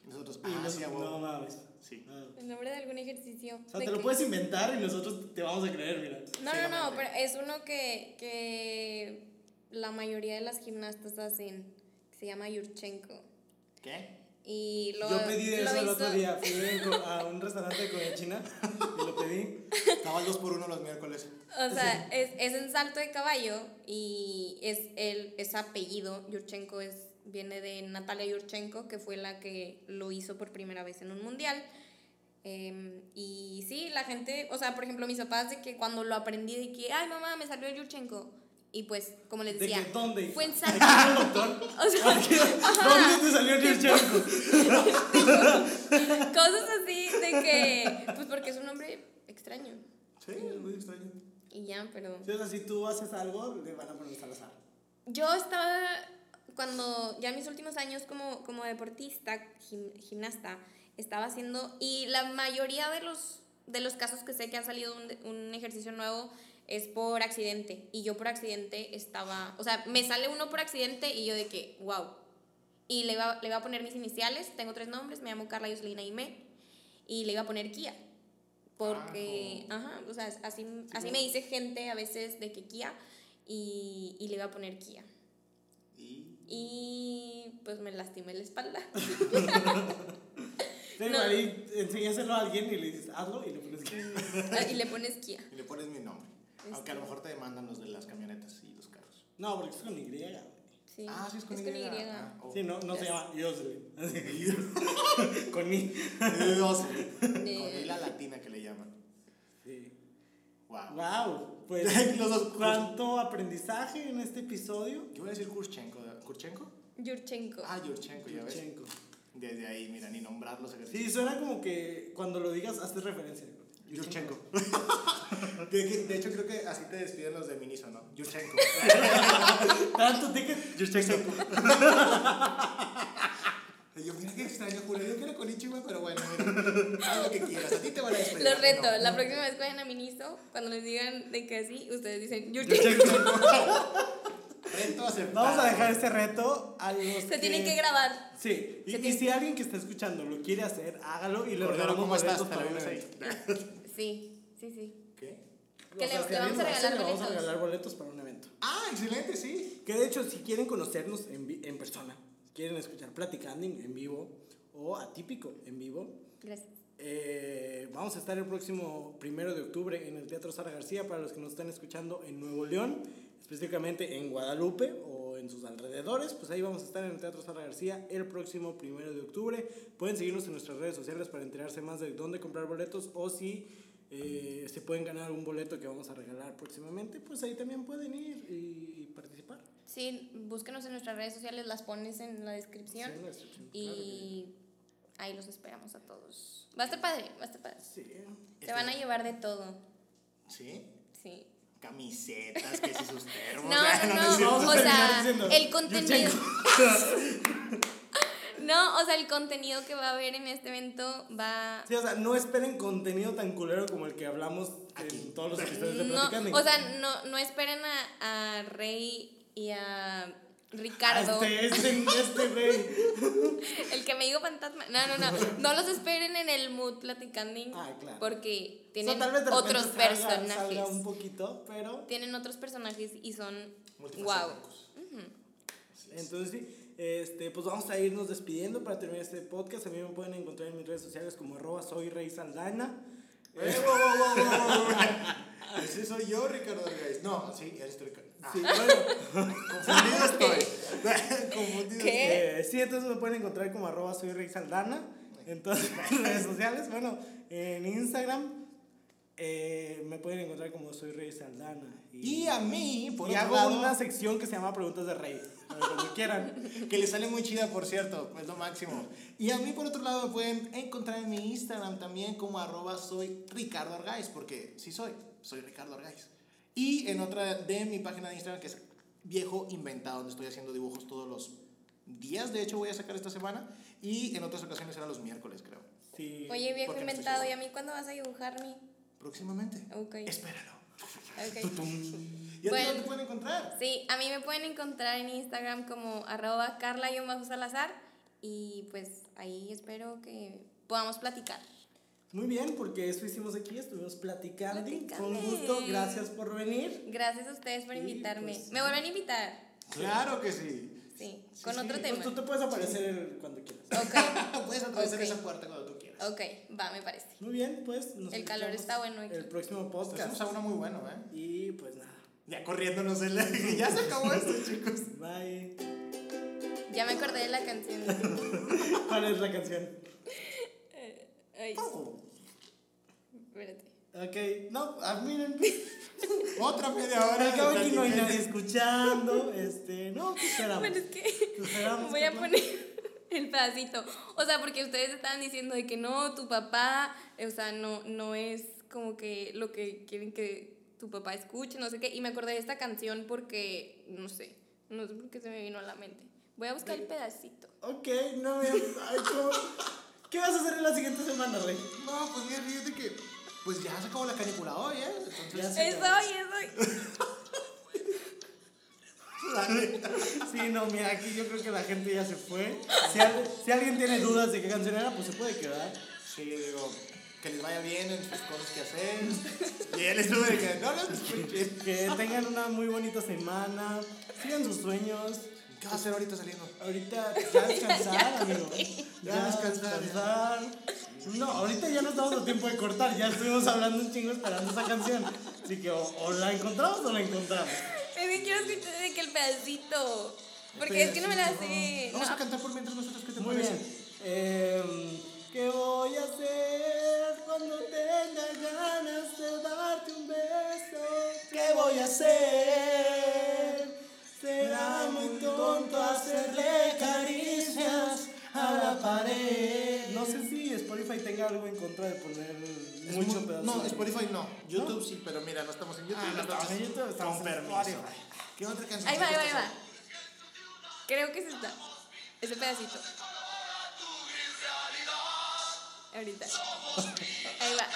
Speaker 2: Nosotros,
Speaker 1: Y
Speaker 2: ah,
Speaker 1: nos-
Speaker 2: sí, a huevo.
Speaker 1: no mames.
Speaker 2: Sí.
Speaker 1: Ah.
Speaker 3: El nombre de algún ejercicio.
Speaker 1: O sea,
Speaker 3: de
Speaker 1: te lo
Speaker 3: que-
Speaker 1: puedes inventar y nosotros te vamos a creer, mira.
Speaker 3: No, no, no,
Speaker 2: ciegamente.
Speaker 3: pero es uno que, que la mayoría de las gimnastas hacen, que se llama Yurchenko.
Speaker 2: ¿Qué?
Speaker 3: Y lo,
Speaker 1: Yo pedí
Speaker 3: lo
Speaker 1: eso el otro
Speaker 3: hizo-
Speaker 1: día. Fui en co- a un restaurante de comida china y lo pedí.
Speaker 2: Estaba el 2x1 los miércoles.
Speaker 3: O sea, es, es en salto de caballo y es el es apellido. Yurchenko es, viene de Natalia Yurchenko, que fue la que lo hizo por primera vez en un mundial. Em, y sí, la gente, o sea, por ejemplo, mis papás, de que cuando lo aprendí, de que, ay, mamá, me salió el Yurchenko. Y pues, como les
Speaker 1: ¿De
Speaker 3: decía,
Speaker 1: qué? ¿Dónde?
Speaker 3: fue en
Speaker 1: ¿De
Speaker 3: salto.
Speaker 1: qué botón?
Speaker 3: O sea, ajá.
Speaker 1: ¿Dónde te salió el Yurchenko?
Speaker 3: Cosas así de que, pues porque es un nombre extraño.
Speaker 1: Sí, es muy extraño.
Speaker 3: Y ya, pero...
Speaker 1: Si, o sea, si tú haces algo, le van a poner Salazar.
Speaker 3: Yo estaba, cuando ya en mis últimos años como, como deportista, gim- gimnasta, estaba haciendo, y la mayoría de los, de los casos que sé que han salido un, un ejercicio nuevo es por accidente. Y yo por accidente estaba, o sea, me sale uno por accidente y yo de que, wow. Y le iba, le iba a poner mis iniciales, tengo tres nombres, me llamo Carla Yoselina Aimé, y le iba a poner Kia. Porque, ajá, o sea, así, así
Speaker 1: como-
Speaker 3: me dice gente a veces de que Kia y, y le iba a poner Kia.
Speaker 2: Y.
Speaker 3: Y pues me lastimé la espalda.
Speaker 1: Sí,
Speaker 3: No.
Speaker 1: ahí enséñaselo a alguien y le dices, hazlo y le pones que.
Speaker 2: Ah,
Speaker 3: y le pones Kia.
Speaker 2: Y le pones mi nombre. Aunque a lo mejor te demandan los de las camionetas y los carros.
Speaker 1: No, porque es con Y. güey.
Speaker 3: Sí.
Speaker 2: Ah, sí, es con
Speaker 3: Y.
Speaker 2: Ah, oh.
Speaker 1: Sí, no, no se
Speaker 3: Yes.
Speaker 1: llama Jocelyn. con I.
Speaker 2: Dos. Con
Speaker 1: Eh,
Speaker 3: De-
Speaker 2: I la latina que le llaman.
Speaker 1: Sí.
Speaker 2: Wow.
Speaker 1: Wow, pues
Speaker 2: Los dos-
Speaker 1: cuánto aprendizaje en este episodio.
Speaker 2: Yo voy a decir Kurchenko. ¿Kurchenko?
Speaker 3: Yurchenko.
Speaker 2: Ah, Yurchenko, ya ves.
Speaker 1: Yurchenko.
Speaker 2: Desde ahí, mira, ni nombrar los ejercicios.
Speaker 1: Sí, suena como que cuando lo digas haces referencia.
Speaker 2: Yurchenko. De, que- de hecho, creo que así te despiden los de Miniso, ¿no? Yurchenko.
Speaker 1: Tanto ticket. Yurchenko.
Speaker 2: Y yo, mira qué extraño, Julio. Yo quiero con Ichigo, pero bueno, mira. Haz lo que quieras. A ti te van a despedir.
Speaker 3: Los
Speaker 2: pues, no.
Speaker 3: reto. La próxima vez que vayan a Miniso, cuando les digan de que sí, ustedes dicen Yurchenko.
Speaker 1: Yurchenko.
Speaker 2: Reto aceptado.
Speaker 1: Vamos a dejar este reto a los
Speaker 3: Se tienen que grabar.
Speaker 1: Sí, y,
Speaker 3: Se
Speaker 1: y
Speaker 3: tiene
Speaker 1: si alguien que está escuchando lo quiere hacer, hágalo y le
Speaker 2: Cordero,
Speaker 1: regalamos
Speaker 2: ¿cómo estás?
Speaker 1: boletos
Speaker 2: Te
Speaker 1: para
Speaker 2: lo
Speaker 1: un
Speaker 2: vemos ahí.
Speaker 1: evento.
Speaker 3: Sí, sí, sí.
Speaker 2: ¿Qué?
Speaker 3: Que
Speaker 1: O sea,
Speaker 3: le-
Speaker 1: si
Speaker 3: le
Speaker 1: alguien
Speaker 3: vamos
Speaker 1: lo
Speaker 3: a
Speaker 1: hace,
Speaker 3: regalar
Speaker 1: le vamos a
Speaker 3: boletos.
Speaker 1: regalar boletos para un evento.
Speaker 2: Ah, excelente, sí.
Speaker 1: Que de hecho, si quieren conocernos en, vi- en persona, quieren escuchar Platicando en vivo o Atípico en vivo,
Speaker 3: Gracias.
Speaker 1: Eh, vamos a estar el próximo primero de octubre en el Teatro Sara García para los que nos están escuchando en Nuevo León, específicamente en Guadalupe o en sus alrededores. Pues ahí vamos a estar en el Teatro Sara García el próximo primero de octubre. Pueden seguirnos en nuestras redes sociales para enterarse más de dónde comprar boletos o si eh, se pueden ganar un boleto que vamos a regalar próximamente. Pues ahí también pueden ir y, y participar.
Speaker 3: Sí, búsquenos en nuestras redes sociales, las pones en la descripción.
Speaker 1: Sí, en la descripción, claro que sí.
Speaker 3: y ahí los esperamos a todos. Va a estar padre, va a estar padre.
Speaker 1: Sí.
Speaker 2: Este
Speaker 3: Te van a llevar de todo.
Speaker 2: ¿Sí?
Speaker 3: Sí.
Speaker 2: Camisetas, que si sus
Speaker 3: No,
Speaker 2: termos. Ah,
Speaker 3: no, no.
Speaker 1: vamos a
Speaker 3: o
Speaker 1: terminar
Speaker 3: sea,
Speaker 1: diciendo,
Speaker 3: el contenido. no, o sea, el contenido que va a haber en este evento va.
Speaker 1: Sí, o sea, no esperen contenido tan culero como el que hablamos
Speaker 2: Aquí.
Speaker 1: en todos los episodios de Platicando.
Speaker 3: No, o sea, no, no esperen a, a Rey y a
Speaker 1: Ah,
Speaker 3: Ricardo.
Speaker 1: Este, este, este, güey.
Speaker 3: El que me digo fantasma. No, no, no. No los esperen en el mood platicando.
Speaker 1: Ah, claro.
Speaker 3: Porque
Speaker 1: O sea,
Speaker 3: tienen
Speaker 1: tal vez de repente
Speaker 3: otros
Speaker 1: salga-
Speaker 3: personajes.
Speaker 1: Salga un poquito, pero.
Speaker 3: Tienen otros personajes y son wow.
Speaker 2: Multifacéticos. Así es.
Speaker 1: Entonces sí, este, pues vamos a irnos despidiendo para terminar este podcast. A mí me pueden encontrar en mis redes sociales como arroba soy Rey Saldana.
Speaker 2: Eh, wow, wow, wow, wow, wow. Ese soy yo, Ricardo Guys. No, sí, eres tú, Ricardo. Ah,
Speaker 1: Sí, bueno.
Speaker 2: Confundido estoy. Confundido
Speaker 3: ¿Qué?
Speaker 2: estoy.
Speaker 1: Eh, sí, entonces me pueden encontrar como arroba soy Rey Saldana. Entonces, en redes sociales, bueno, en Instagram eh, me pueden encontrar como soy Rey Saldana.
Speaker 2: Y a mí, por
Speaker 1: y
Speaker 2: otro
Speaker 1: hago
Speaker 2: lado,
Speaker 1: una sección que se llama Preguntas de Rey. Cuando quieran.
Speaker 2: que le sale muy chida, por cierto, es lo máximo. Y a mí, por otro lado, me pueden encontrar en mi Instagram también como arroba soy Ricardo Argáiz, porque sí soy, soy Ricardo Argáiz. Y en otra de mi página de Instagram, que es Viejo Inventado, donde estoy haciendo dibujos todos los días, de hecho voy a sacar esta semana, y en otras ocasiones era los miércoles, creo.
Speaker 1: Sí.
Speaker 3: Oye, viejo
Speaker 2: porque no estoy
Speaker 3: inventado, ¿y
Speaker 2: seguro.
Speaker 3: a mí cuándo vas a dibujarme?
Speaker 2: Próximamente.
Speaker 3: Ok.
Speaker 2: Espéralo.
Speaker 3: Ok.
Speaker 2: ¿Y a ti
Speaker 3: Bueno.
Speaker 2: dónde te pueden encontrar?
Speaker 3: Sí, a mí me pueden encontrar en Instagram como arroba carla-salazar y pues ahí espero que podamos platicar.
Speaker 1: Muy bien, porque eso hicimos aquí, estuvimos platicando. Fue un
Speaker 3: Platicando.
Speaker 1: gusto, gracias por venir.
Speaker 3: Gracias a ustedes por
Speaker 1: Sí,
Speaker 3: invitarme.
Speaker 1: pues,
Speaker 3: me vuelven a invitar.
Speaker 2: Claro que sí.
Speaker 3: Sí,
Speaker 2: Sí,
Speaker 3: con
Speaker 2: sí,
Speaker 3: otro
Speaker 2: pues
Speaker 3: tema.
Speaker 1: Tú te puedes aparecer el- cuando quieras.
Speaker 3: Ok,
Speaker 2: Puedes atravesar
Speaker 3: Ok.
Speaker 2: esa puerta cuando tú quieras.
Speaker 3: ok, va, me parece.
Speaker 1: Muy bien, pues nos
Speaker 3: El calor
Speaker 1: escuchamos
Speaker 3: está bueno aquí.
Speaker 1: El próximo podcast.
Speaker 2: Hacemos a uno muy bueno, ¿eh?
Speaker 1: Y pues nada.
Speaker 2: Ya corriéndonos el... ya se acabó esto, chicos.
Speaker 1: Bye.
Speaker 3: Ya me acordé de la canción.
Speaker 1: ¿Cuál es la canción?
Speaker 3: Ay,
Speaker 2: Todo.
Speaker 3: espérate.
Speaker 1: Ok.
Speaker 2: No, ah, miren. Otra media hora.
Speaker 1: Ahora
Speaker 2: de
Speaker 1: acabo que no hay
Speaker 2: platicar.
Speaker 1: nadie escuchando. Este, no, pues esperamos. Pues,
Speaker 3: Bueno, es que
Speaker 1: Esperamos
Speaker 3: voy
Speaker 1: que
Speaker 3: a
Speaker 1: no.
Speaker 3: poner el pedacito. O sea, porque ustedes estaban diciendo de que no, tu papá, eh, o sea, no, no es como que lo que quieren que tu papá escuche, no sé qué. Y me acordé de esta canción porque, no sé, no sé por qué se me vino a la mente. Voy a buscar el pedacito.
Speaker 1: Ok, no me. ay, ¿cómo? ¿Qué vas a hacer en la siguiente semana, Rey?
Speaker 2: No, pues mira, fíjate que. Pues ya se acabó la canícula hoy, ¿eh? Entonces,
Speaker 1: Ya se
Speaker 3: Eso,
Speaker 1: acabó.
Speaker 3: y eso.
Speaker 2: la neta.
Speaker 1: Sí, no, mira, aquí yo creo que la gente ya se fue. Si, al- si alguien tiene dudas de qué canción era, pues se puede quedar.
Speaker 2: Sí, digo, que les vaya bien en sus cosas que hacen. Y él estuvo de que no los escuchen.
Speaker 1: Que tengan una muy bonita semana. Sigan sus sueños.
Speaker 2: ¿Qué va a hacer ahorita saliendo?
Speaker 1: Ahorita ya descansar, amigo.
Speaker 2: Ya
Speaker 1: Ya
Speaker 2: descansar.
Speaker 1: descansar. No, ahorita ya no estamos a tiempo de cortar. Ya estuvimos hablando un chingo esperando esa canción. Así que o, o la encontramos o la encontramos.
Speaker 3: Es que quiero escuchar de que el pedacito. Porque es que no me la sé.
Speaker 2: Este, Vamos
Speaker 3: No,
Speaker 2: a cantar por mientras nosotros, ¿qué te
Speaker 1: Muy
Speaker 2: parece?
Speaker 1: bien. Em, ¿Qué voy a hacer cuando tenga ganas de darte un beso? ¿Qué voy a hacer? Será muy tonto hacerle caricias a la pared. No sé si Spotify tenga algo en contra de poner
Speaker 2: Es
Speaker 1: mucho
Speaker 2: muy-
Speaker 1: pedazo.
Speaker 2: No,
Speaker 1: de-
Speaker 2: Spotify no. YouTube sí, pero mira, no estamos en YouTube.
Speaker 1: Ah, no estamos en
Speaker 2: entonces,
Speaker 1: YouTube, estamos
Speaker 2: Con
Speaker 1: en
Speaker 2: permiso.
Speaker 1: Spotify.
Speaker 2: ¿Qué otra canción?
Speaker 3: Ahí va, ahí va, ahí
Speaker 2: te
Speaker 3: va.
Speaker 2: gusta?
Speaker 3: Creo que se está. Ese pedacito. Ahorita. Ahí va.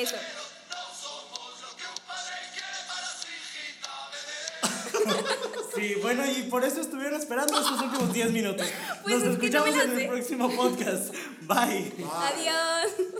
Speaker 3: Eso.
Speaker 1: Sí, bueno, y por eso estuvieron esperando estos últimos 10 minutos.
Speaker 3: Pues
Speaker 1: Nos
Speaker 3: es que no me
Speaker 1: escuchamos
Speaker 3: la
Speaker 1: en el
Speaker 3: sé.
Speaker 1: próximo podcast. Bye.
Speaker 3: Adiós.